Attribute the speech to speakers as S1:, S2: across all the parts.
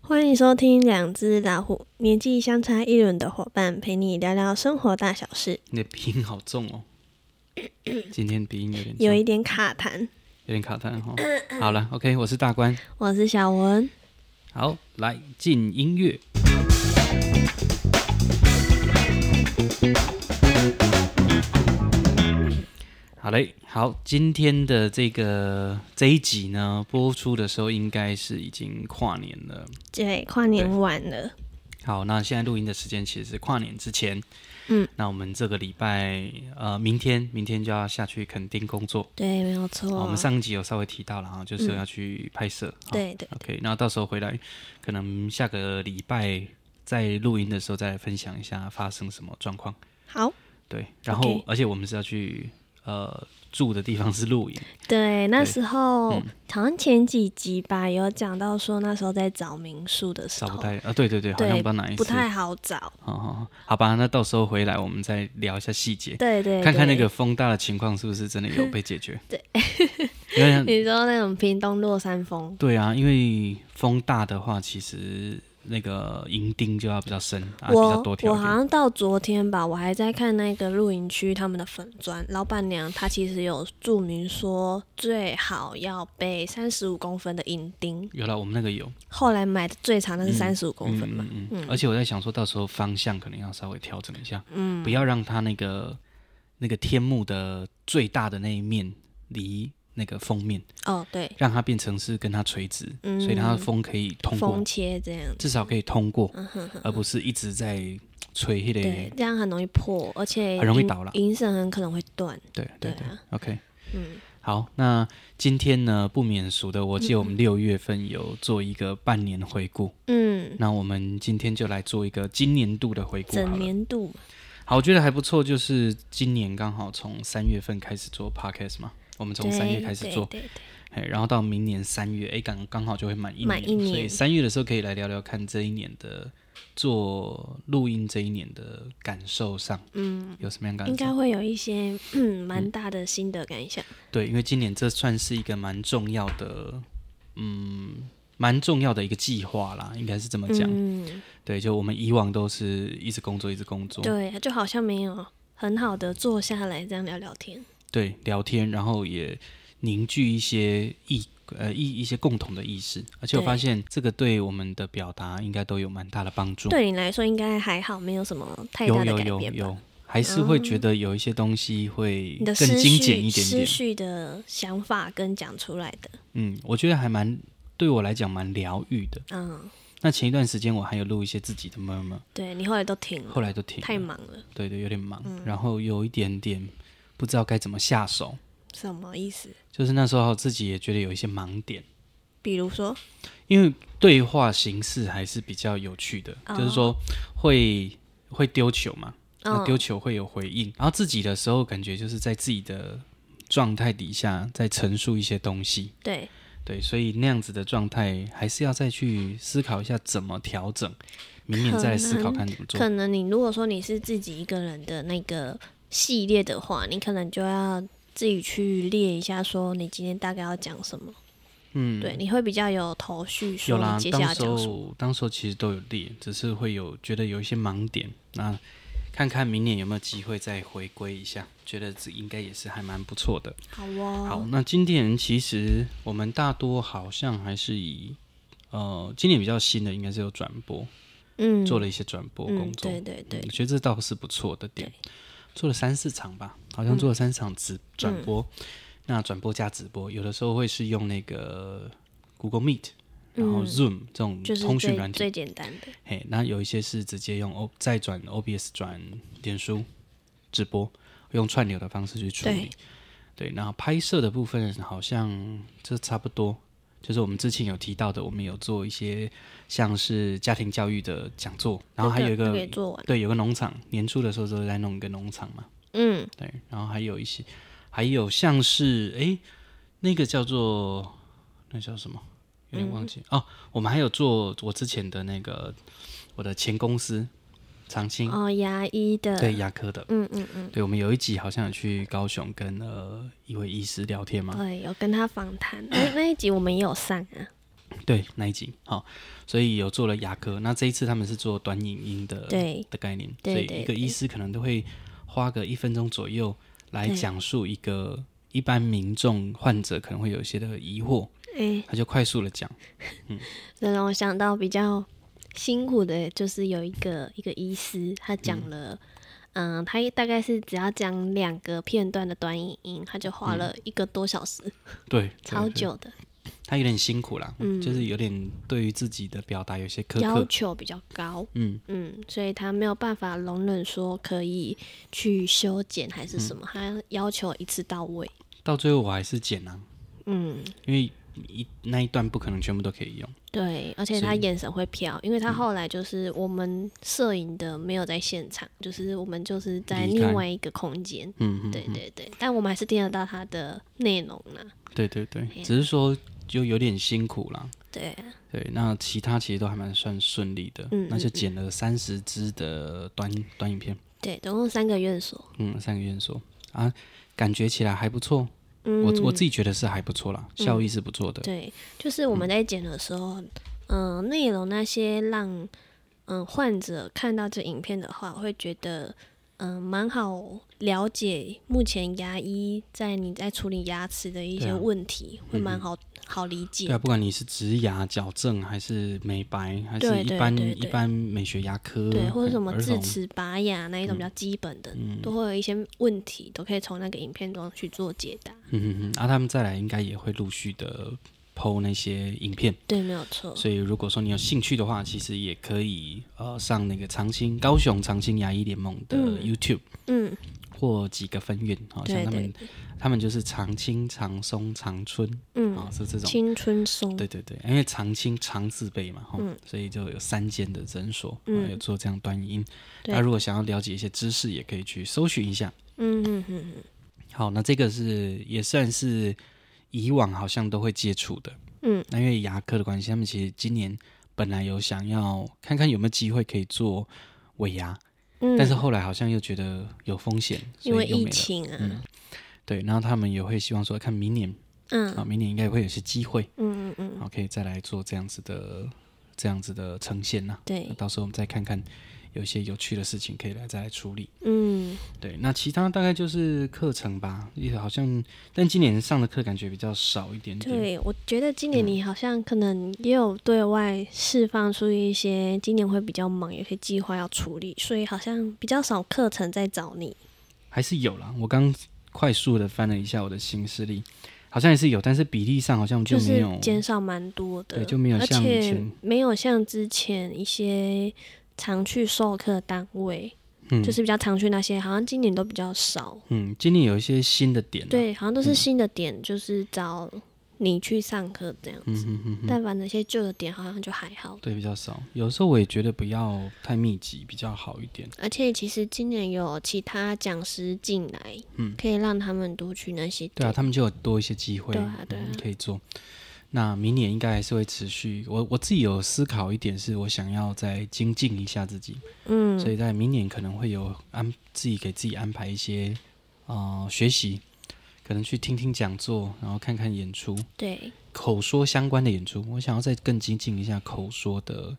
S1: 欢迎收听《两只老虎》，年纪相差一轮的伙伴陪你聊聊生活大小事，
S2: 你的鼻音好重哦，今天鼻音有点重
S1: 有一点卡痰。
S2: 有点卡痰哈、哦。好了，OK，我是大关，
S1: 我是小文，
S2: 好，来进音乐。好嘞，好，今天的这个这一集呢，播出的时候应该是已经跨年了。
S1: 对，跨年晚了，
S2: 好，那现在录音的时间其实是跨年之前。
S1: 嗯，
S2: 那我们这个礼拜呃，明天明天就要下去垦丁工作。
S1: 对，没有
S2: 好我
S1: 错
S2: 们。上一集有稍微提到了哈，就是要去拍摄。好
S1: 哦嗯对对，
S2: OK，那到时候回来，可能下个礼拜在录音的时候再分享一下发生什么状况。
S1: 好，
S2: 对，然后
S1: OK
S2: 而且我们是要去呃住的地方是露营，
S1: 哦对，嗯那
S2: 对
S1: 时候、好像前几集吧，有讲到说那时候在找民宿的时
S2: 找不
S1: 候，
S2: 太啊，对对对，好
S1: 对
S2: 像不知道哪一次。
S1: 不太好找。
S2: 好好好，好吧，那到时候回来我们再聊一下细节，
S1: 对对
S2: 看看那
S1: 对
S2: 个风大的情况是不是真的有被解决。
S1: 对，
S2: 因为
S1: 你说那种屏东落山风，
S2: 对啊，因为风大的话，其实那个银钉就要比较深，啊，比较
S1: 我
S2: 多条
S1: 我
S2: 一
S1: 好
S2: 点。
S1: 像到昨天吧，我还在看那个露营区他们的粉砖，老板娘她其实有注明说最好要备三十五公分的银钉，
S2: 有了，我们那个有，
S1: 后来买的最长的是三十五公
S2: 嗯
S1: 分嘛，
S2: 嗯嗯，而且我在想说，到时候方向可能要稍微调整一下，
S1: 嗯
S2: 不要让它那个那个天幕的最大的那一面离那个封面，
S1: 哦对，
S2: 让它变成是跟它垂直，
S1: 嗯
S2: 所以它的风可以通过
S1: 风，嗯切这样，
S2: 至少可以通过，而不是一直在吹那
S1: 对
S2: 个。，
S1: 这样很容易破，而且
S2: 很容易
S1: 银
S2: 倒啦
S1: 银绳很可能会断，
S2: 对对
S1: 对
S2: 对
S1: 啊，
S2: ，OK。
S1: 嗯，
S2: 好，那今天呢不免俗的，我记得我们六月份有做一个半年回顾，
S1: 嗯，
S2: 那我们今天就来做一个今年度的回顾好
S1: 整
S2: 了。
S1: 年度嘛，
S2: 好，我觉得还不错，就是今年刚好从三月份开始做 podcast 嘛，我们从三月
S1: 对
S2: 开始
S1: 对
S2: 做，
S1: 对对
S2: 哎，然后到明年三月，哎，刚刚好就会满一年，
S1: 满一年
S2: 所以三月的时候可以来聊聊看这一年的做录音这一年的感受上
S1: 嗯，
S2: 有什么样感
S1: 应该
S2: 受？
S1: 会有一些 嗯蛮大的心得感想，
S2: 对，因为今年这算是一个蛮重要的，嗯，蛮重要的一个计划啦，应该是这么讲。
S1: 嗯。
S2: 对，就我们以往都是一直工作，一直工作，
S1: 对，就好像没有很好的坐下来这样聊聊天。
S2: 对聊天，然后也凝聚一些意呃一一些共同的意识，而且我
S1: 对
S2: 发现这个对我们的表达应该都有蛮大的帮助。
S1: 对你来说应该还好，没有什么太
S2: 有
S1: 大的
S2: 有
S1: 改
S2: 有
S1: 变吧？嗯
S2: 有，还是会觉得有一些东西会
S1: 你的
S2: 更
S1: 思
S2: 精
S1: 绪、
S2: 简一点
S1: 思
S2: 点。
S1: 绪的想法跟讲出来的，
S2: 嗯，我觉得还蛮对我来讲蛮疗愈的。
S1: 嗯，
S2: 那前一段时间我还有录一些自己的 murmur，
S1: 对你后来都停了，
S2: 后来都停
S1: 太
S2: 了。
S1: 忙嗯了，
S2: 对对，有点忙，然后有一点点不知道该怎么下手，
S1: 什么意思？
S2: 就是那时候自己也觉得有一些盲点，
S1: 比如说，
S2: 因为对话形式还是比较有趣的，就是说会会丢球嘛，那
S1: 哦嗯，
S2: 丢球会有回应，然后自己的时候感觉就是在自己的状态底下在陈述一些东西，
S1: 对，
S2: 对，所以那样子的状态还是要再去思考一下怎么调整，明年再来思考看怎么做
S1: 可。能你如果说你是自己一个人的那个系列的话，你可能就要自己去列一下，说你今天大概要讲什么，
S2: 嗯，
S1: 对，你会比较有头绪，
S2: 有
S1: 说
S2: 啦
S1: 你，接下来
S2: 当
S1: 要
S2: 时
S1: 讲什么。
S2: 候当时候其实都有列，只是会有觉得有一些盲点，那看看明年有没有机会再回归一下，觉得这应该也是还蛮不错的。
S1: 好哦，
S2: 好，那今年其实我们大多好像还是以呃，今年比较新的应该是有转播，
S1: 嗯，
S2: 做了一些转播工作，
S1: 嗯、对对对
S2: 我，觉得这倒是不错的点，做了三四场吧，好像
S1: 嗯
S2: 做了三场直转播，那转播加直播，有的时候会是用那个 Google Meet。然后 Zoom 这种
S1: 嗯就是
S2: 通讯
S1: 最
S2: 软体，
S1: 最简单的，
S2: 嘿，那有一些是直接用 O 再转 OBS 转脸书直播，用串流的方式去处理。对，然后拍摄的部分好像这差不多，就是我们之前有提到的，我们有做一些像是家庭教育的讲座，然后还有一
S1: 都
S2: 个
S1: 可以做完。
S2: 对有个农场，年初的时候都在弄一个农场嘛，
S1: 嗯，
S2: 对，然后还有一些，还有像是诶，那个叫做那叫什么，有点忘
S1: 嗯
S2: 记、哦。我们还有做我之前的那个我的前公司长青、
S1: 哦，牙医的，
S2: 嗯对牙科的，
S1: 嗯嗯嗯，
S2: 对我们有一集好像有去高雄跟呃一位医师聊天嘛，
S1: 哦对，有跟他访谈，那那一集我们也有上啊，
S2: 对那一集，好、所以有做了牙科。那这一次他们是做短影音的
S1: 对
S2: 的概念，
S1: 对
S2: 所
S1: 对
S2: 以一个医师可能都会花个一分钟左右来
S1: 对
S2: 讲述一个一般民众患者可能会有一些的疑惑，
S1: 哎、
S2: 他就快速的讲。
S1: 这让我想到比较辛苦的，就是有一个一个医师，他讲了，嗯、他大概是只要讲两个片段的短影音，他就花了一个多小时，
S2: 嗯对，
S1: 超
S2: 对，对
S1: 久的，嗯
S2: 他有点辛苦啦，就是有点对于自己的表达有些苛
S1: 要
S2: 刻，
S1: 求比较高，
S2: 嗯，
S1: 嗯，所以他没有办法容忍说可以去修剪还
S2: 嗯
S1: 是什么，他要求一次到位，
S2: 到最后我还是剪啊，
S1: 嗯，
S2: 因为一那一段不可能全部都可以用，
S1: 对，而且
S2: 所
S1: 他
S2: 以嗯
S1: 眼神会飘，因为他后来就是我们摄影的没有在现场，就是我们就是在
S2: 离
S1: 另
S2: 开
S1: 外一个空间。
S2: 嗯嗯，
S1: 对对对，但我们还是听得到它的内容啦。
S2: 对对
S1: 哎
S2: 对，只是说就有点辛苦啦。
S1: 对啊，
S2: 对，那其他其实都还蛮算顺利的，
S1: 嗯
S2: 那就剪了三十支的短短影片，
S1: 对，总共三个院所。
S2: 嗯，三个院所啊，感觉起来还不错，
S1: 嗯，
S2: 我我自己觉得是还不错啦，效益是不错的，
S1: 对，就是我们在剪的时候，嗯、内容那些让嗯、患者看到这影片的话，会觉得嗯、蛮好了解目前牙医在你在处理牙齿的一
S2: 对
S1: 些
S2: 啊
S1: 问题，会蛮好、好理解。
S2: 对啊，不管你是植牙、矫正，还是美白，还
S1: 对
S2: 是一
S1: 对
S2: 般
S1: 对
S2: 一
S1: 对
S2: 般美学牙科，
S1: 对，或者什么
S2: 儿
S1: 智
S2: 童嗯
S1: 齿拔牙那一种比较基本的，都会有一些问题，都可以从那个影片中去做解答。
S2: 嗯嗯嗯，啊，他们再来应该也会陆续的剖那些影片，
S1: 对，没有错。
S2: 所以如果说你有兴趣的话，其实也可以呃上那个长兴高雄长兴牙医联盟的
S1: 嗯
S2: YouTube、
S1: 嗯，
S2: 或几个分院，好、像
S1: 对
S2: 他
S1: 对
S2: 们他们就是长青、长松、长春，
S1: 嗯
S2: 啊、是这种。
S1: 青春松，
S2: 对对对，因为长青长字辈嘛，哈、
S1: 嗯
S2: 所以就有三间的诊所，嗯，有做这样端音。
S1: 对
S2: 那如果想要了解一些知识，也可以去搜寻一下。
S1: 嗯嗯嗯，
S2: 好，那这个是也算是以往好像都会接触的，
S1: 嗯，
S2: 那因为牙科的关系，他们其实今年本来有想要看看有没有机会可以做尾牙，
S1: 嗯
S2: 但是后来好像又觉得有风险，所
S1: 因为
S2: 以又没
S1: 疫
S2: 了。嗯
S1: 情啊，
S2: 对，然后他们也会希望说，看明年
S1: 嗯
S2: 啊，明年应该会有些机会，
S1: 嗯嗯嗯，
S2: 然后可以再来做这样子的这样子的呈现呐、那
S1: 对，
S2: 到时候我们再看看有一些有趣的事情可以来再来处理。
S1: 嗯
S2: 对，那其他大概就是课程吧，也好像，但今年上的课感觉比较少一点点。
S1: 对，我觉得今年你好像可能也有对外释放出一些今年会比较忙，有些计划要处理，所以好像比较少课程在找你。
S2: 还是有啦。我刚快速的翻了一下我的行事历，好像也是有，但是比例上好像
S1: 就
S2: 没
S1: 是
S2: 有。
S1: 减少蛮多的，
S2: 对就没有
S1: 而
S2: 像以
S1: 且
S2: 前
S1: 没有像之前一些常去授课的单位，
S2: 嗯
S1: 就是比较常去那些，好像今年都比较少。
S2: 嗯，今年有一些新的点、，
S1: 对，好像
S2: 嗯
S1: 都是新的点，就是找你去上课这样
S2: 嗯
S1: 子。
S2: 哼哼哼，
S1: 但凡那些旧的点，好像就还好。
S2: 对，比较少。有时候我也觉得不要太密集，比较好一点。
S1: 而且其实今年有其他讲师进来，嗯，可以让他们多去那些
S2: 对
S1: 点。
S2: 啊，他们就有多一些机会，
S1: 对啊对啊
S2: 嗯可以做。那明年应该还是会持续。我我自己有思考一点，是我想要再精进一下自己，
S1: 嗯，
S2: 所以在明年可能会有安自己给自己安排一些呃学习，可能去听听讲座，然后看看演出，
S1: 对，
S2: 口说相关的演出。我想要再更精进一下口说的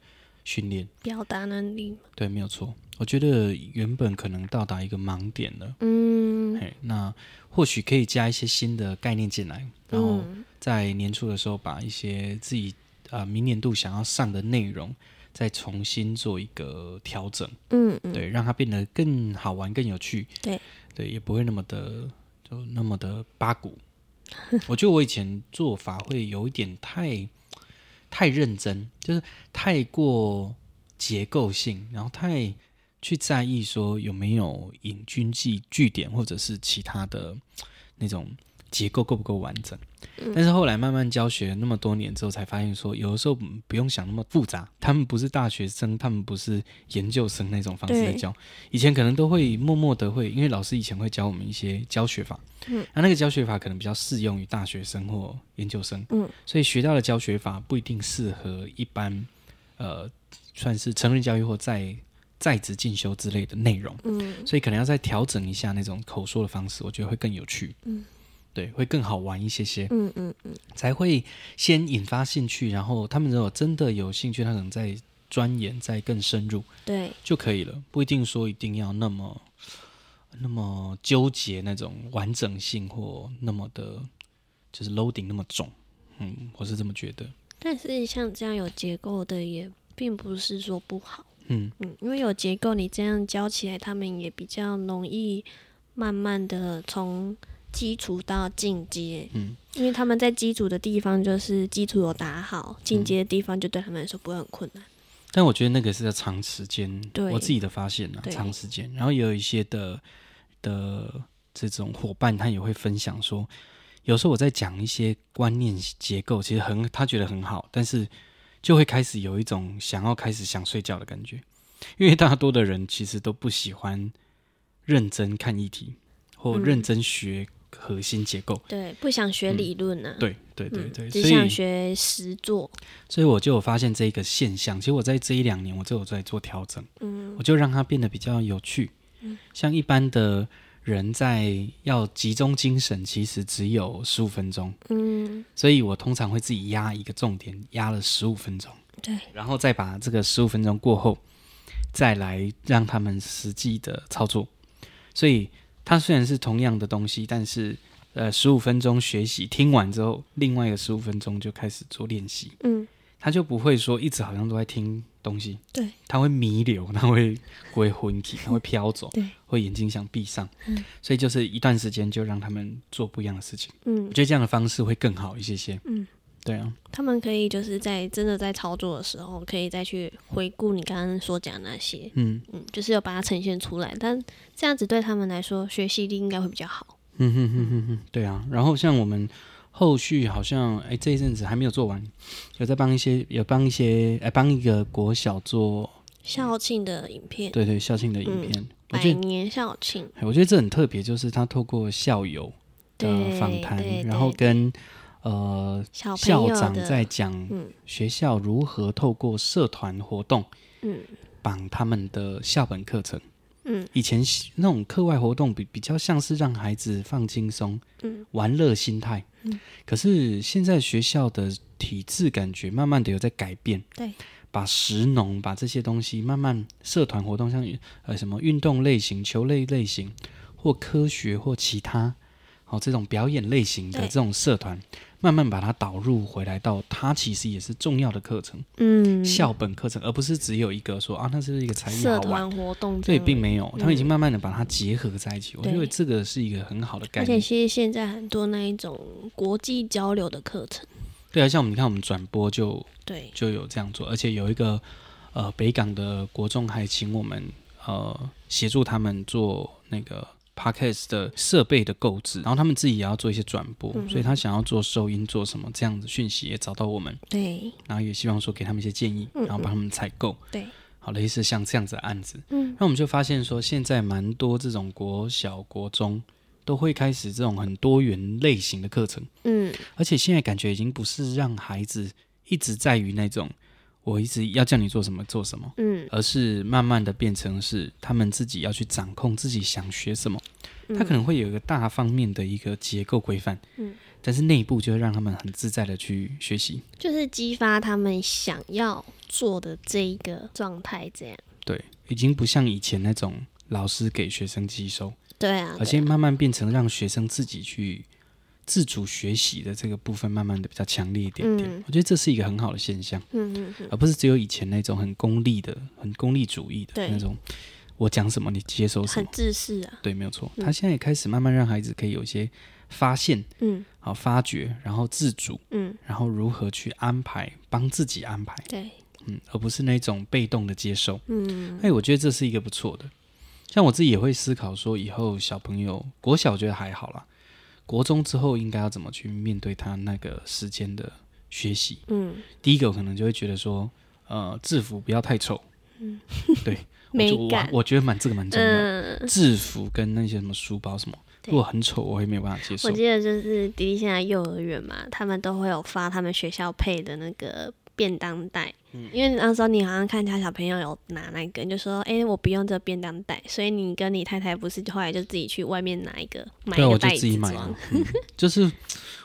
S2: 训练。
S1: 表达能力嘛，
S2: 对，没有错。我觉得原本可能到达一个盲点了，
S1: 嗯，
S2: 嘿，那或许可以加一些新的概念进来，然后
S1: 嗯
S2: 在年初的时候把一些自己啊、呃明年度想要上的内容再重新做一个调整，
S1: 嗯嗯，
S2: 对，让它变得更好玩、更有趣，
S1: 对，
S2: 对，也不会那么的就那么的八股。 我觉得我以前做法会有一点太太认真，就是太过结构性，然后太去在意说有没有引经济据点或者是其他的那种结构够不够完整。
S1: 嗯
S2: 但是后来慢慢教学那么多年之后，才发现说，有的时候嗯不用想那么复杂。他们不是大学生，他们不是研究生那种方式在
S1: 对
S2: 教。以前可能都会默默的会，因为老师以前会教我们一些教学法，嗯，那、那个教学法可能比较适用于大学生或研究生，
S1: 嗯，
S2: 所以学到的教学法不一定适合一般，呃，算是成人教育或在在职进修之类的内容，
S1: 嗯，
S2: 所以可能要再调整一下那种口说的方式，我觉得会更有趣，嗯，对，会更好玩一些些，
S1: 嗯嗯嗯，
S2: 才会先引发兴趣，然后他们如果真的有兴趣，他可能再钻研再更深入
S1: 对，
S2: 就可以了，不一定说一定要那么那么纠结那种完整性或那么的，就是 loading 那么重，嗯，我是这么觉得，
S1: 但是像这样有结构的也并不是说不好，
S2: 嗯，
S1: 嗯，因为有结构，你这样教起来，他们也比较容易慢慢的从基础到进阶，
S2: 嗯，
S1: 因为他们在基础的地方就是基础有打好，
S2: 嗯
S1: 进阶的地方就对他们来说不会很困难，
S2: 但我觉得那个是要长时间，
S1: 对
S2: 我自己的发现啊，
S1: 对
S2: 长时间。然后也有一些的的这种伙伴，他也会分享说，有时候我在讲一些观念结构，其实很他觉得很好，但是就会开始有一种想要开始想睡觉的感觉，因为大多的人其实都不喜欢认真看议题或
S1: 嗯
S2: 认真学核心结构。
S1: 对，不想学理论呢、啊。
S2: 嗯对对对
S1: 嗯，
S2: 对，
S1: 只
S2: 所以
S1: 想学实做，
S2: 所以我就有发现这一个现象。其实我在这一两年，我就有在做调整，嗯，我就让它变得比较有趣。嗯，像一般的人在要集中精神，其实只有十五分钟，
S1: 嗯，
S2: 所以我通常会自己压一个重点，压了十五分钟，
S1: 对，
S2: 然后再把这个十五分钟过后，再来让他们实际的操作。所以它虽然是同样的东西，但是呃，十五分钟学习听完之后，另外一个十五分钟就开始做练习。
S1: 嗯，
S2: 他就不会说一直好像都在听东西，
S1: 对，
S2: 他会弥留， 他会会昏体，他会飘走，
S1: 对，
S2: 会眼睛想闭上，
S1: 嗯
S2: 所以就是一段时间就让他们做不一样的事情，
S1: 嗯
S2: 我，觉得这样的方式会更好一些些，
S1: 嗯，
S2: 对啊，
S1: 他们可以就是在真的在操作的时候，可以再去回顾你刚刚所讲的那些，
S2: 嗯
S1: 嗯，就是有把它呈现出来，但这样子对他们来说学习力应该会比较好。
S2: 嗯哼哼哼哼，对啊，然后像我们后续好像哎这一阵子还没有做完，有在帮一些有帮一些哎帮一个国小做
S1: 校庆的影片，
S2: 嗯对对校庆的影片，我
S1: 百
S2: 觉得
S1: 年校庆，
S2: 哎我觉得这很特别，就是他透过校友的
S1: 对
S2: 访谈
S1: 对，
S2: 然后
S1: 对
S2: 跟呃
S1: 小朋
S2: 校
S1: 友
S2: 长
S1: 的
S2: 在讲
S1: 嗯
S2: 学校如何透过社团活动
S1: 嗯
S2: 绑他们的校本课程。
S1: 嗯，
S2: 以前那种课外活动比比较像是让孩子放轻松，
S1: 嗯，
S2: 玩乐心态。嗯，可是现在学校的体制感觉慢慢的有在改变，
S1: 对，
S2: 把食农把这些东西慢慢社团活动像呃什么运动类型、球类类型或科学或其他。好、这种表演类型的
S1: 对
S2: 这种社团，慢慢把它导入回来到它其实也是重要的课程，
S1: 嗯，
S2: 校本课程，而不是只有一个说啊，那是一个才艺
S1: 社
S2: 好玩，
S1: 团活动这
S2: 对，
S1: 样
S2: 并没有，他们已经慢慢的把它结合在一起。我觉得
S1: 对
S2: 这个是一个很好的概
S1: 而且
S2: 念。
S1: 其实现在很多那一种国际交流的课程，
S2: 对啊，像我们你看，我们转播就
S1: 对，
S2: 就有这样做，而且有一个呃北港的国众还请我们呃协助他们做那个 podcast 的设备的购置，然后他们自己也要做一些转播，
S1: 嗯哼
S2: 所以他想要做收音做什么这样子讯息也找到我们，
S1: 对，
S2: 然后也希望说给他们一些建议，
S1: 嗯
S2: 然后帮他们采购。
S1: 对，
S2: 好，类似像这样子的案子，
S1: 嗯
S2: 那我们就发现说，现在蛮多这种国小、国中都会开始这种很多元类型的课程，
S1: 嗯，
S2: 而且现在感觉已经不是让孩子一直在于那种我一直要叫你做什么做什么，
S1: 嗯，
S2: 而是慢慢的变成是他们自己要去掌控自己想学什么，
S1: 嗯
S2: 他可能会有一个大方面的一个结构规范，
S1: 嗯，
S2: 但是内部就会让他们很自在的去学习，
S1: 就是激发他们想要做的这一个状态，这样，
S2: 对，已经不像以前那种老师给学生吸收。
S1: 对啊，
S2: 而
S1: 对
S2: 且
S1: 啊
S2: 慢慢变成让学生自己去自主学习的这个部分，慢慢的比较强烈一点点。
S1: 嗯
S2: 我觉得这是一个很好的现象，
S1: 嗯嗯嗯，
S2: 而不是只有以前那种很功利的、很功利主义的
S1: 对
S2: 那种，我讲什么你接收什
S1: 很
S2: 么。
S1: 自私啊，
S2: 对，没有错。
S1: 嗯
S2: 他现在也开始慢慢让孩子可以有一些发现、
S1: 嗯
S2: 好发掘，然后自主，
S1: 嗯，
S2: 然后如何去安排，帮自己安排，
S1: 对，
S2: 嗯，而不是那种被动的接收。
S1: 嗯
S2: 哎，我觉得这是一个不错的。像我自己也会思考说，以后小朋友国小我觉得还好啦，国中之后应该要怎么去面对他那个时间的学习。
S1: 嗯，
S2: 第一个，我可能就会觉得说，呃，制服不要太丑。嗯， 对，我
S1: 美
S2: 就我
S1: 感
S2: 我觉得蛮这个蛮重要的。
S1: 嗯。
S2: 制服跟那些什么书包什么，
S1: 对
S2: 如果很丑，我也没有办法接受
S1: 我。记得就是迪迪现在幼儿园嘛，他们都会有发他们学校配的那个便当袋，
S2: 嗯
S1: 因为那时候你好像看其他小朋友有拿那个，你就说，哎、我不用这便当袋，所以你跟你太太不是就后来就自己去外面拿一个买一
S2: 对，啊我
S1: 个
S2: 就
S1: 袋
S2: 自
S1: 子
S2: 己买
S1: 装
S2: 了，，嗯 就是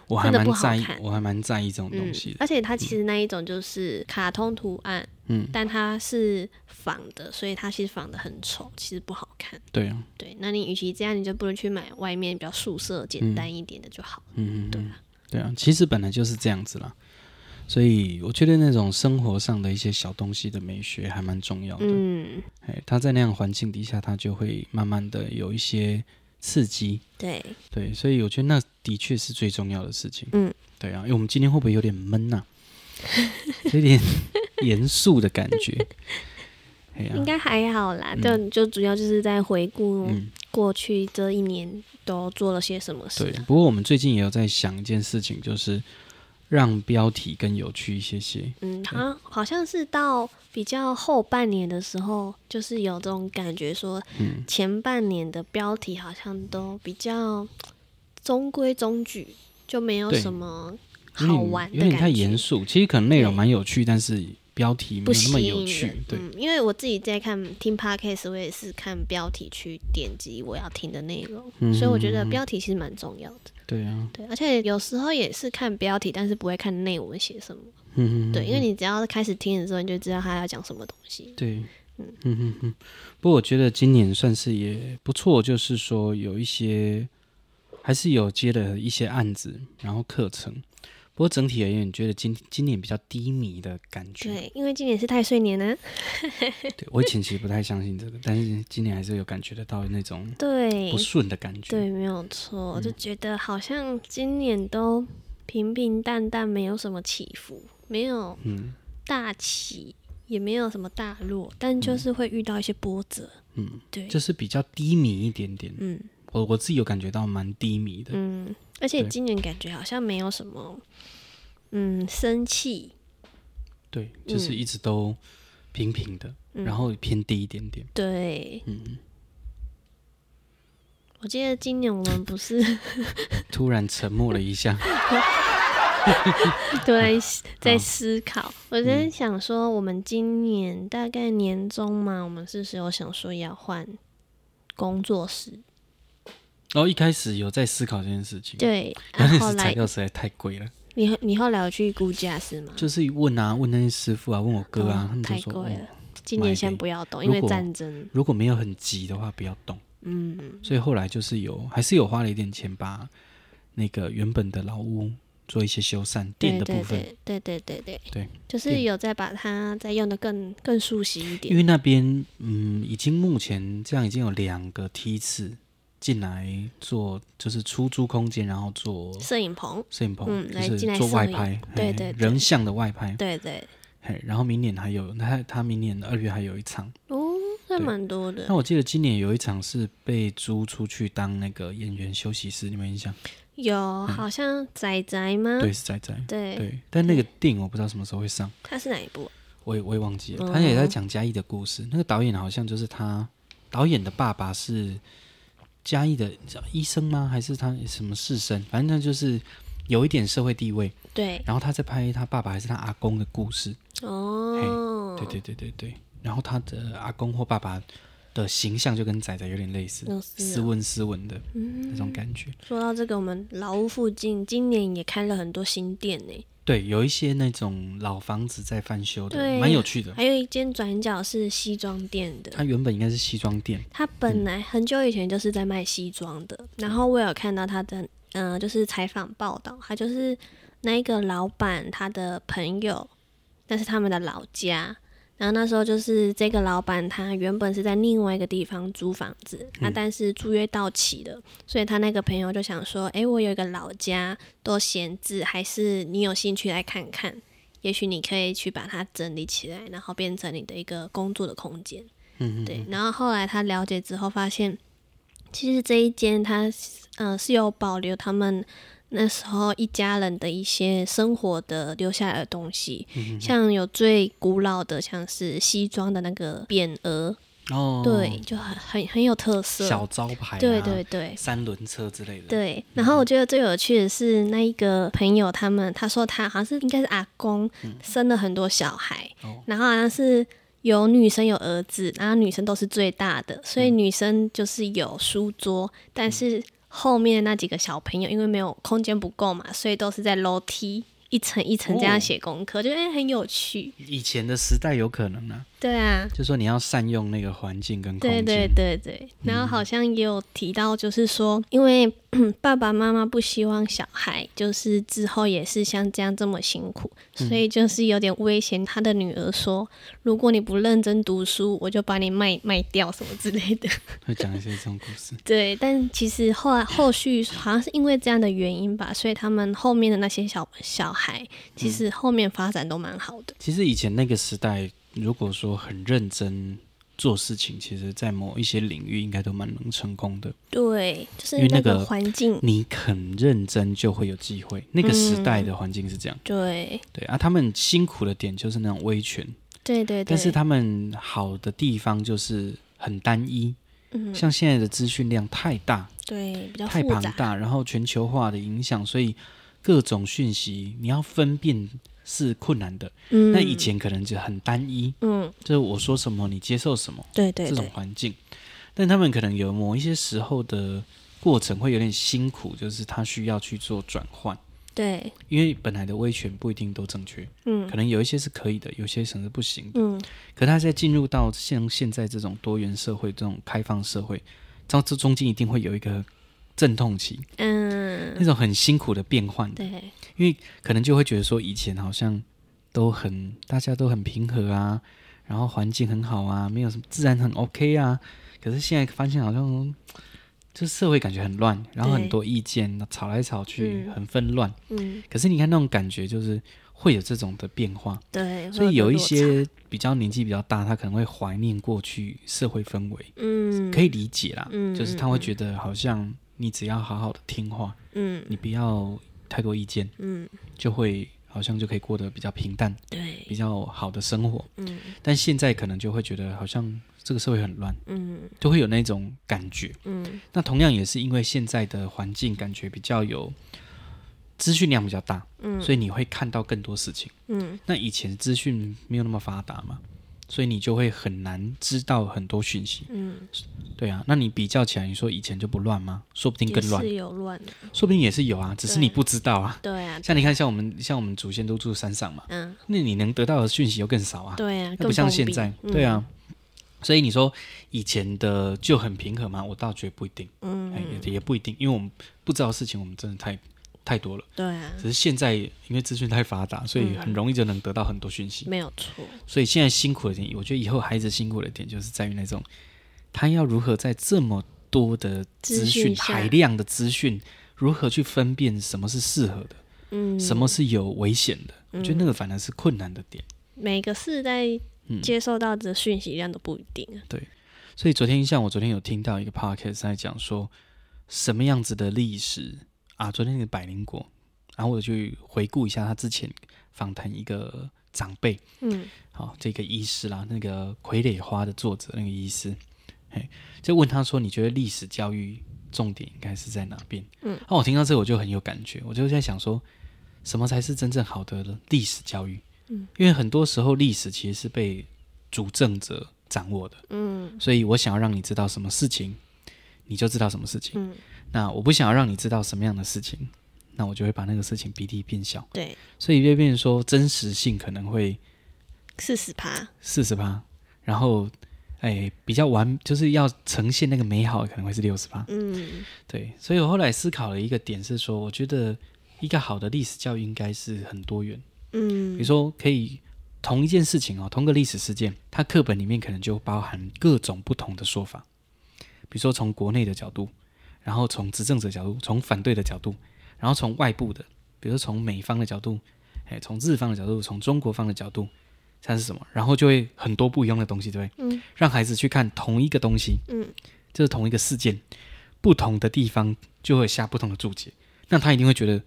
S2: 我还
S1: 真的
S2: 蛮
S1: 不好
S2: 在意
S1: 看，
S2: 我还蛮在意这种
S1: 嗯
S2: 东西，的，
S1: 而且它其实那一种就是卡通图案，
S2: 嗯，
S1: 但它是仿的，所以它其实仿的很丑，其实不好看。
S2: 对啊，
S1: 对，那你与其这样，你就不如去买外面比较素色、简单一点的就好了。
S2: 嗯嗯嗯，
S1: 对
S2: 嗯
S1: 啊，
S2: 对啊，其实本来就是这样子啦。所以我觉得那种生活上的一些小东西的美学还蛮重要的。
S1: 嗯，
S2: 哎，他在那样环境底下，他就会慢慢的有一些刺激，
S1: 对，
S2: 对，所以我觉得那的确是最重要的事情。
S1: 嗯，
S2: 对啊，因为我们今天会不会有点 闷呐、有点严肃的感觉。哎呀、
S1: 应该还好啦。就、就主要就是在回顾
S2: 嗯，
S1: 过去这一年都做了些什么事
S2: 对
S1: 啊。。
S2: 不过我们最近也有在想一件事情，就是让标题更有趣一些些。
S1: 嗯，好像好像是到比较后半年的时候，就是有这种感觉，说
S2: 嗯，
S1: 前半年的标题好像都比较中规中矩，就没有
S2: 对
S1: 什么
S2: 有点
S1: 好玩的
S2: 有点
S1: 感
S2: 太
S1: 觉
S2: 严肃。其实可能内容
S1: 对
S2: 蛮有趣，但是标题没
S1: 不
S2: 有那么
S1: 吸
S2: 有
S1: 引
S2: 趣
S1: 人。。
S2: 对，
S1: 嗯，因为我自己在看听 podcast，我也是看标题去点击我要听的内容，
S2: 嗯
S1: 所以我觉得标题其实蛮重要的。
S2: 对啊，
S1: 对，而且有时候也是看标题，但是不会看内文写什么。
S2: 嗯，
S1: 对，因为你只要开始听的时候，你就知道他要讲什么东西。
S2: 对，嗯嗯嗯。不过我觉得今年算是也不错，就是说有一些还是有接了一些案子，然后课程。不过整体而言，你觉得今今年比较低迷的感觉？
S1: 对，因为今年是太岁年呢、
S2: 对我以前其实不太相信这个，但是今年还是有感觉得到那种
S1: 对
S2: 不，顺的感觉。嗯
S1: 对，没有错，我就觉得好像今年都平平淡淡，没有什么起伏，没有
S2: 嗯
S1: 大起，也没有什么大落，但就是会遇到一些波折。
S2: 嗯，
S1: 对，
S2: 就是比较低迷一点点。
S1: 嗯
S2: 我我自己有感觉到蛮低迷的。
S1: 嗯，而且
S2: 对
S1: 今年感觉好像没有什么，嗯，生气，
S2: 对，就是
S1: 嗯
S2: 一直都平平的，然后偏低一点点。
S1: 对
S2: 嗯，
S1: 我记得今年我们不是
S2: 突然沉默了一下。嗯
S1: 对在思考，我在想说，我们今年大概年终嘛，我们是时候想说要换工作室，
S2: 然后哦一开始有在思考这件事情，
S1: 对，
S2: 然
S1: 然
S2: 后
S1: 后
S2: 那
S1: 啊后来嗯
S2: 时材料实在太贵了，
S1: 你后你后来有去估价是吗？
S2: 就是问啊问那些师傅啊，问我哥啊，
S1: 哦
S2: 他们都
S1: 太
S2: 说，
S1: 贵
S2: 哦
S1: 了，今
S2: 买
S1: 年
S2: 呗
S1: 先不要动，
S2: 如
S1: 因为
S2: 果
S1: 战争，
S2: 如果没有很急的话，不要动。
S1: 嗯，
S2: 所以后来就是有还是有花了一点钱把那个原本的老屋做一些修缮，
S1: 对
S2: 电的
S1: 对
S2: 部分，
S1: 对对对对对
S2: 对，
S1: 就是
S2: 电
S1: 有在把它再用的更更熟悉一点
S2: 因。为那边嗯已经目前这样已经有两个梯次进来做就是出租空间，然后做
S1: 摄影棚，
S2: 摄影棚，
S1: 嗯来
S2: 就
S1: 进
S2: 是
S1: 来
S2: 做外
S1: 摄影
S2: 拍，
S1: 对
S2: 嘿
S1: 对对
S2: 人像的外拍，
S1: 对对，
S2: 嘿，然后明年还有他他明年二月还有一场。
S1: 哦，那
S2: 对
S1: 蛮多的
S2: 那。我记得今年有一场是被租出去当那个演员休息室，你们印象？
S1: 有好像仔仔吗？
S2: 嗯对，是仔仔。
S1: 对
S2: 嗯对，但那个电影我不知道什么时候会上，
S1: 他是哪一部？
S2: 我也我也忘记了。
S1: 嗯
S2: 他也在讲嘉义的故事，那个导演好像就是他，导演的爸爸是嘉义的医生吗？还是他什么士绅？反正他就是有一点社会地位。
S1: 对，
S2: 然后他在拍他爸爸还是他阿公的故事。
S1: 哦，
S2: 对对对对对。然后他的阿公或爸爸的形象就跟仔仔有点类似，
S1: 嗯是
S2: 斯文斯文的那
S1: 嗯，
S2: 种感觉。
S1: 说到这个，我们老屋附近今年也开了很多新店呢，
S2: 对，有一些那种老房子在翻修的，
S1: 对
S2: 蛮有趣的。
S1: 还有一间转角是西装店的。
S2: 它原本应该是西装店，
S1: 他本来很久以前就是在卖西装的，然后我有看到他的，嗯、就是采访报道，他就是那一个老板他的朋友，那是他们的老家。然后那时候就是这个老板，他原本是在另外一个地方租房子，那、但是租约到期了，所以他那个朋友就想说，诶，我有一个老家都闲置，还是你有兴趣来看看？也许你可以去把它整理起来，然后变成你的一个工作的空间。
S2: 嗯，
S1: 对，然后后来他了解之后发现，其实这一间他呃是有保留他们那时候一家人的一些生活的留下来
S2: 嗯
S1: 的东西，像有最古老的像是西装的那个匾额，
S2: 哦，
S1: 对，，就很很很有特色。
S2: 小招牌、啊，
S1: 对对，对
S2: 三轮车之类的，，
S1: 对。然后我觉得最有趣的是那一个朋友，他们他说他好像是应该是阿公生了很多小孩，
S2: 嗯哦
S1: 然后好像是。有女生有儿子，然后女生都是最大的，所以
S2: 嗯
S1: 女生就是有书桌，但是后面那几个小朋友因为没有空间不够嘛，所以都是在楼梯一层一层这
S2: 哦
S1: 样写功课，就觉得、哎很有趣。
S2: 以前的时代有可能啊，
S1: 对啊，
S2: 就说你要善用那个环境跟空
S1: 对
S2: 间，
S1: 对对对，然后好像也有提到，就是说，因为 爸爸妈妈不希望小孩就是之后也是像这样这么辛苦，所以就是有点威胁他的女儿说，如果你不认真读书，我就把你卖卖掉什么之类 的。
S2: 会讲一些这种故事，
S1: 对，但其实后来后续好像是因为这样的原因吧，所以他们后面的那些小小孩，其实后面发展都蛮好的。
S2: 其实以前那个时代，如果说很认真做事情，其实，在某一些领域应该都蛮能成功的。
S1: 对，就是
S2: 因为那
S1: 那
S2: 个
S1: 个环境，
S2: 你肯认真，就会有机会。那
S1: 嗯
S2: 个时代的环境是这样，
S1: 对
S2: 对啊。他们辛苦的点就是那种威权，
S1: 对对对，
S2: 但是他们好的地方就是很单一。
S1: 嗯
S2: 像现在的资讯量太大、
S1: 对比较
S2: 太
S1: 复
S2: 庞
S1: 杂。
S2: 大，然后全球化的影响，所以各种讯息你要分辨是困难的。
S1: 嗯
S2: 那以前可能就很单一，
S1: 嗯，
S2: 就是我说什么你接受什么。
S1: 对对
S2: 这种
S1: 对，
S2: 环境，但他们可能有某一些时候的过程会有点辛苦，就是他需要去做转换，
S1: 对，
S2: 因为本来的威权不一定都正确，
S1: 嗯
S2: 可能有一些是可以的，有些可能是不行的。
S1: 嗯，
S2: 可他在进入到像现在这种多元社会、这种开放社会，到这中间一定会有一个阵痛期，那
S1: 嗯，
S2: 种很辛苦的变换的，
S1: 对，
S2: 可能就会觉得说以前好像都很大家都很平和啊，然后环境很好啊，没有什么自然很 OK 啊。可是现在发现好像嗯就社会感觉很乱，然后
S1: 对
S2: 很多意见吵来吵去，
S1: 嗯
S2: 很纷乱。
S1: 嗯，
S2: 可是你看那种感觉就是会有这种的变化，
S1: 对，
S2: 所以
S1: 会
S2: 有
S1: 个
S2: 一
S1: 落差，
S2: 些比较年纪比较大，他可能会怀念过去社会氛围，
S1: 嗯，
S2: 可以，理解啦。
S1: 嗯
S2: 就是他会觉得好像你只要好好的听话，
S1: 嗯
S2: 你不要太多意见，
S1: 嗯，
S2: 就会好像就可以过得比较平淡。
S1: 对，
S2: 比较好的生活，
S1: 嗯
S2: 但现在可能就会觉得好像这个社会很乱，
S1: 嗯
S2: 就会有那种感觉。
S1: 嗯，
S2: 那同样也是因为现在的环境感觉比较有资讯量比较大，
S1: 嗯
S2: 所以你会看到更多事情。
S1: 嗯，
S2: 那以前资讯没有那么发达嘛，所以你就会很难知道很多讯息。
S1: 嗯，
S2: 对啊，那你比较起来，你说以前就不乱吗？说不定
S1: 也
S2: 更乱
S1: 是，有乱的，
S2: 说不定也是有啊，只是
S1: 对
S2: 你不知道啊。
S1: 对啊，
S2: 像你看，像我们像我们祖先都住山上嘛，
S1: 嗯，
S2: 那你能得到的讯息又更少啊。
S1: 对啊，
S2: 那
S1: 更
S2: 不像
S1: 封
S2: 现
S1: 闭
S2: 在，对，啊。所以你说以前的就很平和吗？我倒觉得不一定，
S1: 嗯
S2: 哎
S1: 嗯，
S2: 也也不一定，因为我们不知道的事情，我们真的太太多了。
S1: 对啊
S2: 只，是现在因为资讯太发达，所
S1: 嗯
S2: 以很容易就能得到很多讯息。
S1: 没有错，
S2: 所以现在辛苦的点，我觉得以后孩子辛苦的点就是在于那种他要如何在这么多的资
S1: 资
S2: 讯、
S1: 讯下
S2: 海量的资讯，如何去分辨什么是适合的，
S1: 嗯，
S2: 什么是有危险的。我觉得那个反而是困难的点。
S1: 每个世代
S2: 嗯
S1: 接受到的讯息量都不一定啊，
S2: 所以昨天像我昨天有听到一个 podcast 在讲说什么样子的历史啊，昨天那个百灵果，然后我就回顾一下他之前访谈一个长辈，
S1: 嗯
S2: 好、这个医师啦，那个《傀儡花》的作者那个医师，嘿，就问他说，你觉得历史教育重点应该是在哪边？
S1: 嗯，
S2: 那、我听到这个我就很有感觉，我就在想说，什么才是真正好的历史教育？
S1: 嗯，
S2: 因为很多时候历史其实是被主政者掌握的。
S1: 嗯
S2: 所以我想要让你知道什么事情，你就知道什么事情。
S1: 嗯，
S2: 那我不想要让你知道什么样的事情，那我就会把那个事情比例变小。
S1: 对，
S2: 所以就变成说真实性可能会
S1: 四十趴，
S2: 四十趴，然后哎比较完就是要呈现那个美好可能会是六十趴。
S1: 嗯
S2: 对，所以我后来思考了一个点是说，我觉得一个好的历史教育应该是很多元，比如
S1: 嗯，
S2: 说可以。同一件事情哦，同个历史事件，它课本里面可能就包含各种不同的说法。比如说从国内的角度，然后从执政者角度，从反对的角度，然后从外部的，比如说从美方的角度，哎，从日方的角度，从中国方的角度，它是什么？然后就会很多不一样的东西，对不对？
S1: 嗯，
S2: 让孩子去看同一个东西，
S1: 嗯，
S2: 就是同一个事件，不同的地方就会下不同的注解，那他一定会觉得。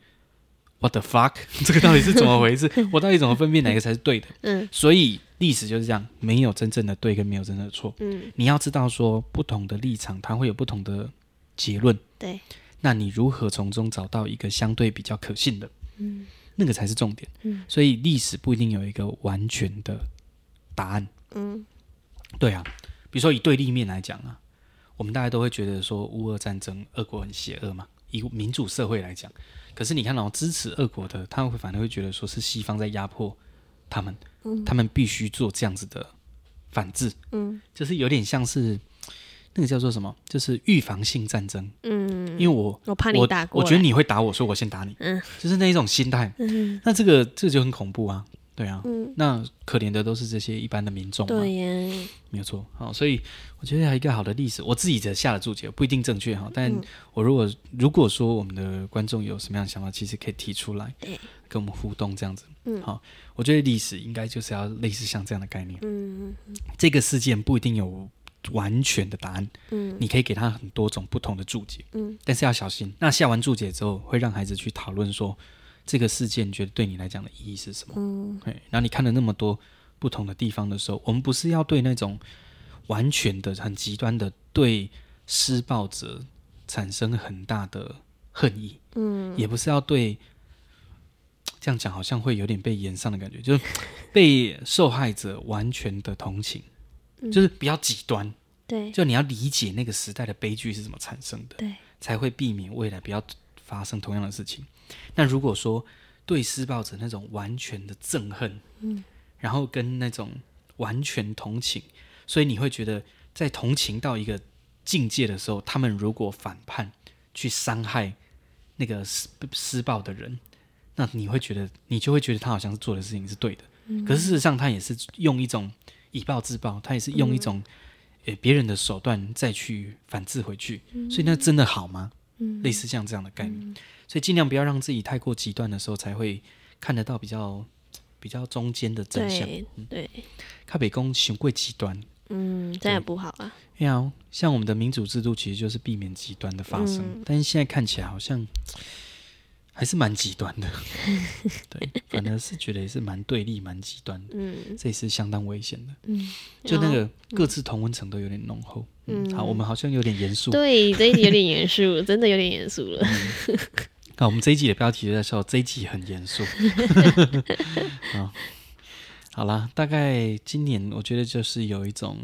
S2: What the fuck？这个到底是怎么回事？我到底怎么分辨哪个才是对的？
S1: 嗯，
S2: 所以历史就是这样，没有真正的对跟没有真正的错。
S1: 嗯，
S2: 你要知道说不同的立场，它会有不同的结论。
S1: 对，
S2: 那你如何从中找到一个相对比较可信的？
S1: 嗯，
S2: 那个才是重点。
S1: 嗯，
S2: 所以历史不一定有一个完全的答案。
S1: 嗯，
S2: 对啊，比如说以对立面来讲啊，我们大家都会觉得说乌俄战争，俄国很邪恶嘛。以民主社会来讲，可是你看哦，支持俄国的，他们会反而会觉得说是西方在压迫他们，他们必须做这样子的反制，
S1: 嗯
S2: 就是有点像是那个叫做什么，就是预防性战争。
S1: 嗯，
S2: 因为我
S1: 我怕你
S2: 我
S1: 打过
S2: 我
S1: 来，
S2: 觉得你会打我，所以我先打你，
S1: 嗯
S2: 就是那一种心态。
S1: 嗯
S2: 那这个这就很恐怖啊，对啊。
S1: 嗯，
S2: 那可怜的都是这些一般的民众嘛，啊
S1: 对呀，
S2: 没有错。好、所以我觉得一个好的历史，我自己的下的注解不一定正确哈，但
S1: 嗯
S2: 我如果如果说我们的观众有什么样的想法，其实可以提出来
S1: 对，
S2: 跟我们互动这样子。
S1: 嗯
S2: 好、我觉得历史应该就是要类似像这样的概念。
S1: 嗯
S2: 这个事件不一定有完全的答案，
S1: 嗯
S2: 你可以给他很多种不同的注解，
S1: 嗯，
S2: 但是要小心。那下完注解之后，会让孩子去讨论说这个事件觉得对你来讲的意义是什么。
S1: 嗯
S2: 嘿然后你看了那么多不同的地方的时候，我们不是要对那种完全的、很极端的对施暴者产生很大的恨意，
S1: 嗯
S2: 也不是要对。这样讲好像会有点被延上的感觉，就是被受害者完全的同情，
S1: 嗯
S2: 就是比较极端，
S1: 对
S2: 就你要理解那个时代的悲剧是怎么产生的，
S1: 对，
S2: 才会避免未来不要发生同样的事情。那如果说对施暴者那种完全的憎恨，
S1: 嗯，
S2: 然后跟那种完全同情，所以你会觉得在同情到一个境界的时候，他们如果反叛去伤害那个施施暴的人，那你会觉得你就会觉得他好像是做的事情是对的，
S1: 嗯
S2: 可是事实上他也是用一种以暴制暴，他也是
S1: 嗯
S2: 用一种。诶别人的手段再去反制回去，所以那真的好吗？
S1: 嗯
S2: 类似像这样的概念，所以尽量不要让自己太过极端的时候，才会看得到比较比较中间的真相。
S1: 对对，
S2: 靠北宫行贵极端，
S1: 嗯，这样也不好啊，
S2: 哎呀，像我们的民主制度其实就是避免极端的发生，
S1: 嗯
S2: 但是现在看起来好像还是蛮极 端的，对，反而是觉得也是蛮对立、蛮极端的，
S1: 嗯
S2: 这也是相当危险的。
S1: 嗯，
S2: 就那
S1: 然后嗯
S2: 个各自同温层都有点浓厚。嗯，好，我们好像有点严肃。
S1: 对，这一集有点严肃，真的有点严肃了。
S2: 嗯那、我们这一集的标题就在说这一集很 严肃。好，好啦，大概今年我觉得就是有一种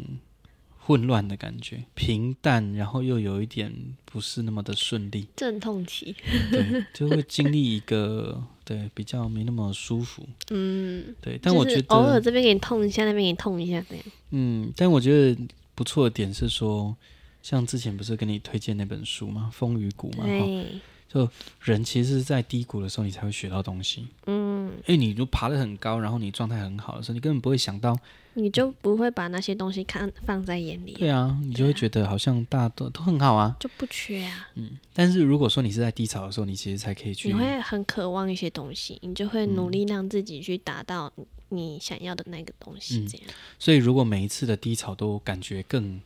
S2: 混乱的感觉，平淡，然后又有一点不是那么的顺利，
S1: 阵痛期，
S2: 对，就会经历一个对比较没那么舒服，
S1: 嗯，
S2: 对。但
S1: 就
S2: 我
S1: 是
S2: 觉得
S1: 偶尔这边给你痛一下，那边给你痛一下，这样，
S2: 嗯，但我觉得不错的点是说，像之前不是跟你推荐那本书吗？《风雨谷》嘛，哈，
S1: 对，
S2: 人其实是在低谷的时候，你才会学到东西。
S1: 嗯，
S2: 因为你如果爬得很高，然后你状态很好的时候，你根本不会想到，
S1: 你就不会把那些东西看放在眼里，
S2: 对啊，你就会觉得好像大家都都很好啊。
S1: 就不缺啊，
S2: 但是如果说你是在低潮的时候，你其实才可以
S1: 你
S2: 去，
S1: 会很渴望一些东西，你就会
S2: 嗯
S1: 努力让自己去达到你想要的那个东西，
S2: 嗯
S1: 这样，
S2: 所以如果每一次的低潮都感觉更，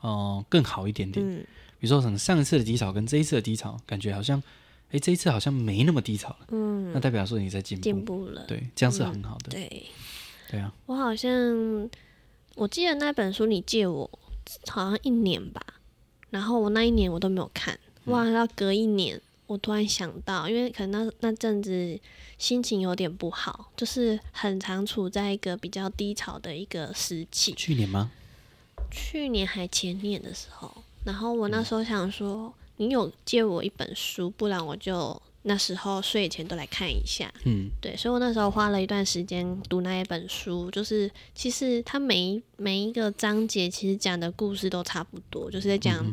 S2: 呃，更好一点点。
S1: 嗯
S2: 比如说，可能上一次的低潮跟这一次的低潮，感觉好像，哎，这一次好像没那么低潮了，
S1: 嗯，
S2: 那代表说你在进步，
S1: 进步了，
S2: 对，这样是很好的，
S1: 对
S2: 对啊，
S1: 我好像我记得那本书你借我，好像一年吧，然后我那一年我都没有看，哇，要隔一年我突然想到，因为可能那那阵子心情有点不好，就是很常处在一个比较低潮的一个时期，
S2: 去年吗？
S1: 去年还前年的时候，然后我那时候想说，你有借我一本书，不然我就那时候睡前都来看一下，
S2: 嗯
S1: 对，所以我那时候花了一段时间读那一本书，就是其实它每一每一个章节其实讲的故事都差不多，就是在讲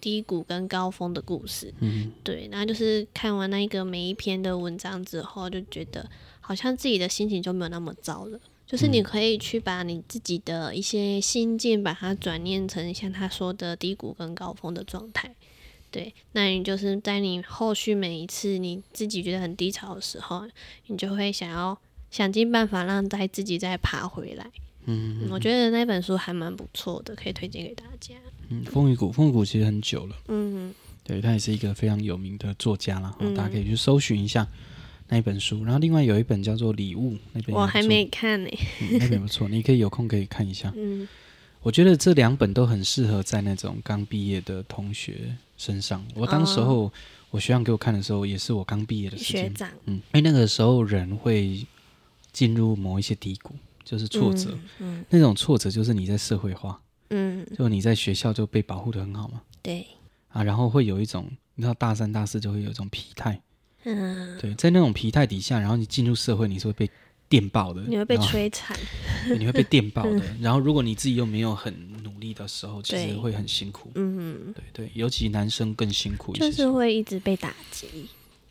S1: 低谷跟高峰的故事。
S2: 嗯，
S1: 对，然后就是看完那一个每一篇的文章之后，就觉得好像自己的心情就没有那么糟了。就是
S2: 嗯
S1: 你可以去把你自己的一些心境，把它转念成像他说的低谷跟高峰的状态。对，那你就是在你后续每一次你自己觉得很低潮的时候，你就会想要想尽办法让在自己再爬回来。
S2: 嗯
S1: 我觉得那本书还蛮不错的，可以推荐给大家。
S2: 嗯，风雨谷，风雨谷其实很久了。
S1: 嗯
S2: 对他也是一个非常有名的作家啦，哦
S1: 嗯
S2: 大家可以去搜寻一下。那一本书，然后另外有一本叫做《礼物》，那本也
S1: 我
S2: 不
S1: 还
S2: 错
S1: 没看呢、
S2: 嗯那本不错，你可以有空可以看一下。
S1: 嗯，
S2: 我觉得这两本都很适合在那种刚毕业的同学身上。我当时候、我学长给我看的时候，也是我刚毕业的
S1: 哦
S2: 时
S1: 学
S2: 间，
S1: 长
S2: 嗯，因为那个时候人会进入某一些低谷，就是挫折，，
S1: 嗯
S2: 那种挫折就是你在社会化，
S1: 嗯嗯，
S2: 就你在学校就被保护的很好嘛，
S1: 对，
S2: 啊，然后会有一种，你知道大三大四就会有一种疲态，
S1: 嗯，
S2: 对，在那种疲态底下，然后你进入社会，你是会被电爆的，
S1: 你会被
S2: 然后
S1: 摧残，
S2: 你会被电爆的。 然后如果你自己又没有很努力的时候，其实
S1: 对
S2: 会很辛苦。
S1: 嗯，
S2: 对对，尤其男生更辛苦一些，
S1: 就是会一直被打击，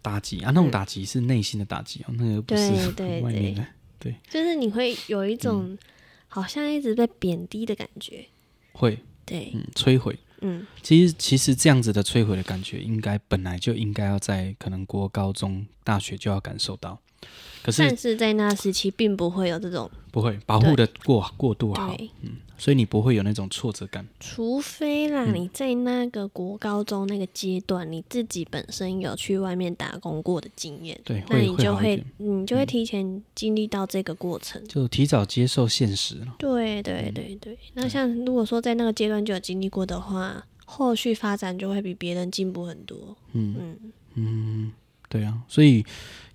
S2: 打击啊，那种打击是内心的打击哦，那个不是
S1: 对对
S2: 外面的。
S1: 就是你会有一
S2: 嗯
S1: 种好像一直被贬低的感觉，
S2: 会
S1: 对，
S2: 嗯摧毁。
S1: 嗯
S2: 其实其实这样子的摧毁的感觉，应该本来就应该要在可能国高中、大学就要感受到，可是
S1: 但是在那时期并不会有这种，
S2: 不会保护的过过度好，
S1: 对，
S2: 所以你不会有那种挫折感。
S1: 除非
S2: 嗯
S1: 啦，你在那个国高中那个阶段，你自己本身有去外面打工过的经验，
S2: 对，
S1: 那
S2: 会
S1: 你就
S2: 好一
S1: 会
S2: 点，嗯
S1: 你就会提前经历到这个过程。
S2: 就提早接受现实了。
S1: 对对对对，
S2: 嗯
S1: 那像如果说在那个阶段就有经历过的话，后续发展就会比别人进步很多。
S2: 嗯嗯，对啊，所以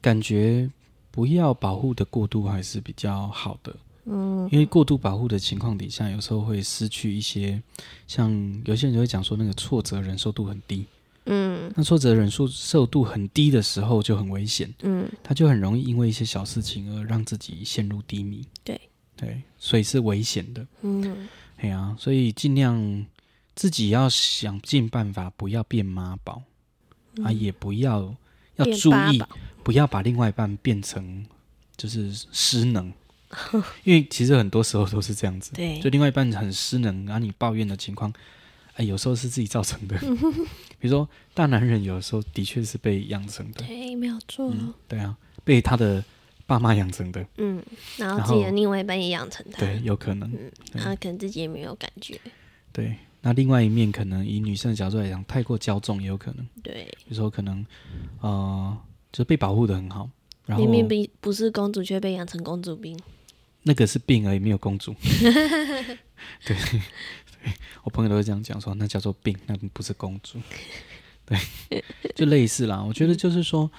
S2: 感觉不要保护的过度还是比较好的，
S1: 嗯
S2: 因为过度保护的情况底下，有时候会失去一些，像有些人就会讲说那个挫折忍受度很低，
S1: 嗯
S2: 那挫折忍受受度很低的时候就很危险，
S1: 嗯，
S2: 他就很容易因为一些小事情而让自己陷入低迷。
S1: 对
S2: 对，所以是危险的。
S1: 嗯，
S2: 哎呀、所以尽量自己要想尽办法，不要变妈宝、啊，也不要要
S1: 嗯变
S2: 注
S1: 八
S2: 意，
S1: 宝
S2: 不要把另外一半变成就是失 能，因为其实很多时候都是这样子，
S1: 对
S2: 就另外一半很失能，然后你抱怨的情况，哎，有时候是自己造成 的。比如说大男人有时候的确是被养成的，
S1: 对，没有错。哦
S2: 嗯，对啊，被他的爸妈养成的，
S1: 嗯，然
S2: 然
S1: 后自己的
S2: 后
S1: 另外一半也养成他，
S2: 对，有可能。
S1: 然后可能自己也没有感觉。
S2: 对，那另外一面可能以女生的角度来讲，太过骄纵也有可能。
S1: 对，
S2: 比如说可能呃，就被保护的很好，然后
S1: 明明不不是公主，却被养成公主病。
S2: 那个是病而已，没有公主。 对，对我朋友都会这样讲说，那叫做病，那不是公主。对，就类似啦。我觉得就是说，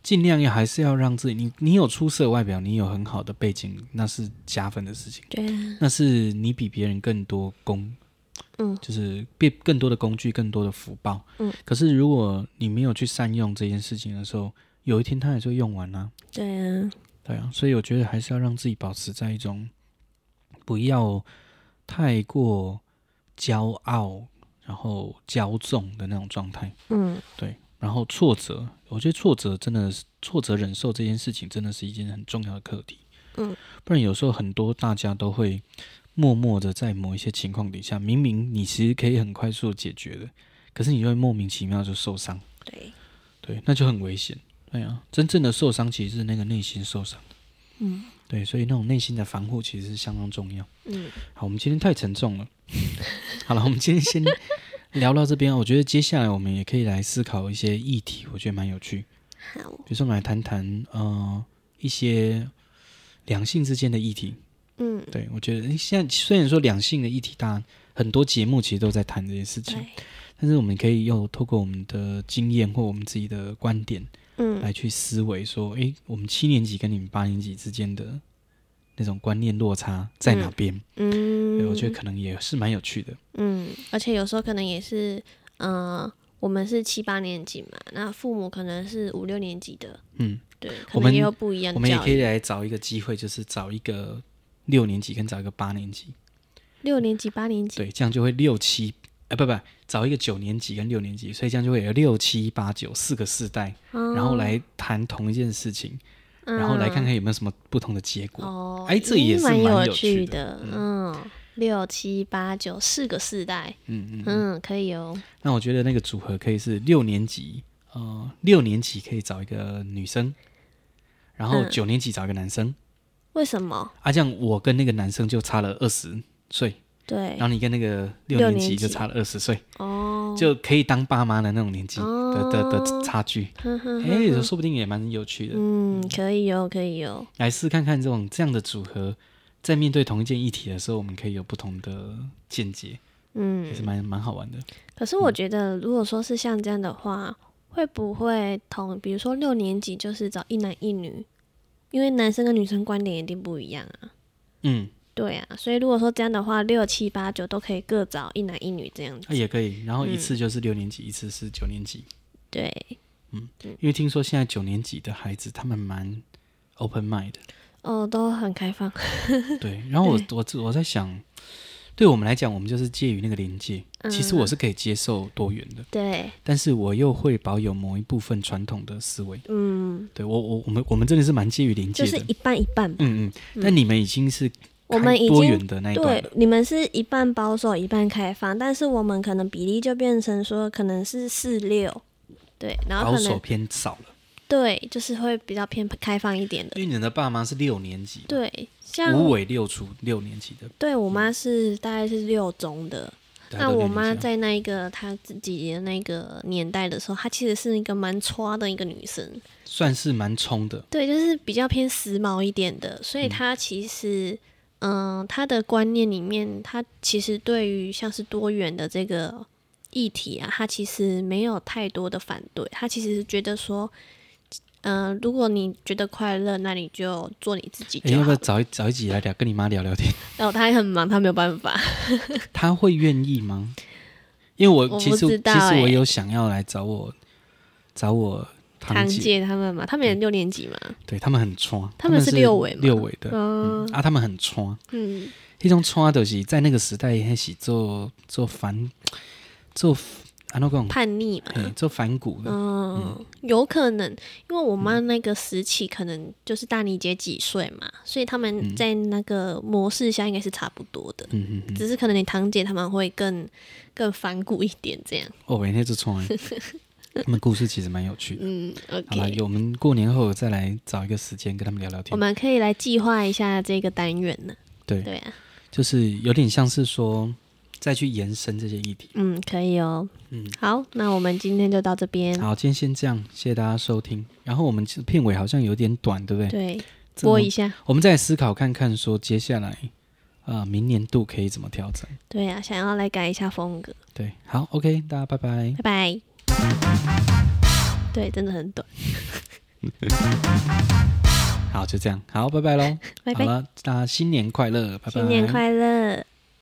S2: 尽量也还是要让自己，你你有出色的外表，你有很好的背景，那是加分的事情。
S1: 对啊，
S2: 那是你比别人更多工，
S1: 嗯
S2: 就是变更多的工具，更多的福报，
S1: 嗯。
S2: 可是如果你没有去善用这件事情的时候，有一天它也是会用完啊，
S1: 对啊，
S2: 对啊。所以我觉得还是要让自己保持在一种不要太过骄傲，然后骄纵的那种状态，
S1: 嗯，
S2: 对。然后挫折，我觉得挫折真的是挫折忍受这件事情，真的是一件很重要的课题。
S1: 嗯，
S2: 不然有时候很多大家都会默默的在某一些情况底下，明明你其实可以很快速地解决的，可是你就会莫名其妙就受伤，
S1: 对，
S2: 对，那就很危险。对啊，真正的受伤其实是那个内心受伤，
S1: 嗯
S2: 对，所以那种内心的防护其实是相当重要。
S1: 嗯，
S2: 好，我们今天太沉重了。 好了，我们今天先聊到这边啊。我觉得接下来我们也可以来思考一些议题，我觉得蛮有趣。
S1: 好，
S2: 比如说，我们来谈谈呃一些两性之间的议题。
S1: 嗯，
S2: 对，我觉得诶现在虽然说两性的议题，当然很多节目其实都在谈这些事情，
S1: 对，
S2: 但是我们可以又透过我们的经验或我们自己的观点
S1: 嗯，
S2: 来去思维，说，诶，我们七年级跟你们八年级之间的那种观念落差在哪边？对，
S1: 嗯，
S2: 哎我觉得可能也是蛮有趣的。
S1: 嗯，而且有时候可能也是，嗯、我们是七八年级嘛，那父母可能是五六年级的，
S2: 嗯，
S1: 对，
S2: 我
S1: 可
S2: 们
S1: 能也有不一样
S2: 我
S1: 的
S2: 们也
S1: 教
S2: 可以
S1: 育。
S2: 来找一个机会，就是找一个六年级跟找一个八年级。
S1: 六年级、八年级，
S2: 对，这样就会六七，哎、不不，找一个九年级跟六年级，所以这样就会有六七八九四个世代，
S1: 哦
S2: 然后来谈同一件事情，然后来看看有没有什么不同的结
S1: 嗯
S2: 果。
S1: 哦，
S2: 哎这也是蛮
S1: 蛮
S2: 有趣
S1: 趣
S2: 的
S1: 嗯，六七八九四个世代，
S2: 嗯嗯，
S1: 嗯，可以哦，
S2: 那我觉得那个组合可以是六年级，呃，六年级可以找一个女生，然后
S1: 嗯
S2: 九年级找一个男生，
S1: 为什么？
S2: 啊，这样我跟那个男生就差了二十岁，
S1: 对
S2: 然，后你跟那个
S1: 六
S2: 六年级
S1: 年级
S2: 就差了二十岁，
S1: 哦，
S2: 就可以当爸妈的那种年纪的的的
S1: 哦
S2: 差距，
S1: 哼哼嗯
S2: 哎、
S1: 哼
S2: 有时候说不定也蛮有趣的。
S1: 嗯，可以有，可以哦有，
S2: 来试看看这种这样的组合，在面对同一件议题的时候，我们可以有不同的见解，
S1: 嗯
S2: 也。是蛮蛮好玩的。
S1: 可是我
S2: 嗯
S1: 觉得，如果说是像这样的话，会不会同比如说六年级就是找一男一女，因为男生跟女生观点一定不一样啊。
S2: 嗯，
S1: 对啊，所以如果说这样的话，六七八九都可以各找一男一女这样子。
S2: 啊那也可以。然后一
S1: 嗯
S2: 次就是六年级，一次是九年级，
S1: 对，
S2: 因为听说现在九年级的孩子他们蛮 open mind 的。
S1: 哦，都很开放。
S2: 对，然后我我自我在想，对我们来讲，我们就是介于那个临界。其实我
S1: 嗯
S2: 是可以接受多元的，
S1: 对，
S2: 但是我又会保有某一部分传统的思维。
S1: 嗯，
S2: 对我我我们我们真的是蛮介于临界
S1: 就
S2: 的。
S1: 是一半一半吧。
S2: 嗯嗯，但你们已经是
S1: 我
S2: 开
S1: 们已
S2: 多
S1: 经
S2: 元的那一段
S1: 对
S2: 了，，
S1: 你们是一半保守一半开放，但是我们可能比例就变成说可能是四六，对，然后
S2: 保
S1: 可
S2: 守
S1: 能
S2: 偏少了，
S1: 对就是会比较偏开放一点的。
S2: 因为你的爸妈是六年级，
S1: 对，像
S2: 五尾六初六年级的，
S1: 对我妈是大概是六中的，
S2: 嗯大家
S1: 那
S2: 都
S1: 我
S2: 六年
S1: 妈
S2: 级啊
S1: 在那一个她自己的那个年代的时候，她其实是一个蛮歘的一个女生，
S2: 算是蛮冲的，
S1: 对，就是比较偏时髦一点的，所以她其实。嗯，她的观念里面，她其实对于像是多元的这个议题啊，她其实没有太多的反对。她其实是觉得说，嗯、如果你觉得快乐，那你就做你自己
S2: 哎、
S1: 就好
S2: 要不要
S1: 了。
S2: 找一找一集来聊，跟你妈聊聊天？
S1: 然后她也很忙，她没有办法。
S2: 她会愿意吗？因为我
S1: 我
S2: 其
S1: 不
S2: 实
S1: 知道
S2: 其实我
S1: 欸
S2: 有想要来找我找我 堂
S1: 堂
S2: 姐，
S1: 姐他们嘛，他们也六年级嘛。
S2: 对他们很冲，
S1: 他们是六尾吗
S2: 六尾 的、
S1: 嗯
S2: 啊，他们很冲，
S1: 嗯，
S2: 迄种穿就是在那个时代开始做做反做安怎讲，
S1: 叛逆
S2: 嘿
S1: 嘛。
S2: 做反骨的，
S1: 嗯，有可能，因为我妈那个时期可能就是大你姐几岁嘛，所以他们在那个模式下应该是差不多的，
S2: 嗯嗯嗯，
S1: 只是可能你堂姐他们会更更反骨一点这样。
S2: 哦，每天 就穿，他们故事其实蛮有趣的。
S1: 嗯
S2: 好了，
S1: ，OK，
S2: 有我们过年后再来找一个时间跟他们聊聊
S1: 我
S2: 天。
S1: 们可以来计划一下这个单元呢。
S2: 对，
S1: 对啊，
S2: 就是有点像是说再去延伸这些议题。
S1: 嗯，可以哦。
S2: 嗯，
S1: 好，那我们今天就到这边。
S2: 好，今天先这样，谢谢大家收听。然后我们片尾好像有点短，对不对？
S1: 对，
S2: 这
S1: 播
S2: 么
S1: 一下。
S2: 我们再来思考看看，说接下来啊、呃明年度可以怎么调整？
S1: 对啊，想要来改一下风格。
S2: 对，好，OK，大家拜拜。
S1: 拜拜。对，真的很短，
S2: 好，就这样，好，拜拜喽。
S1: 拜
S2: 好
S1: 拜，
S2: 了，大家新年快乐，拜拜。
S1: 新年快乐。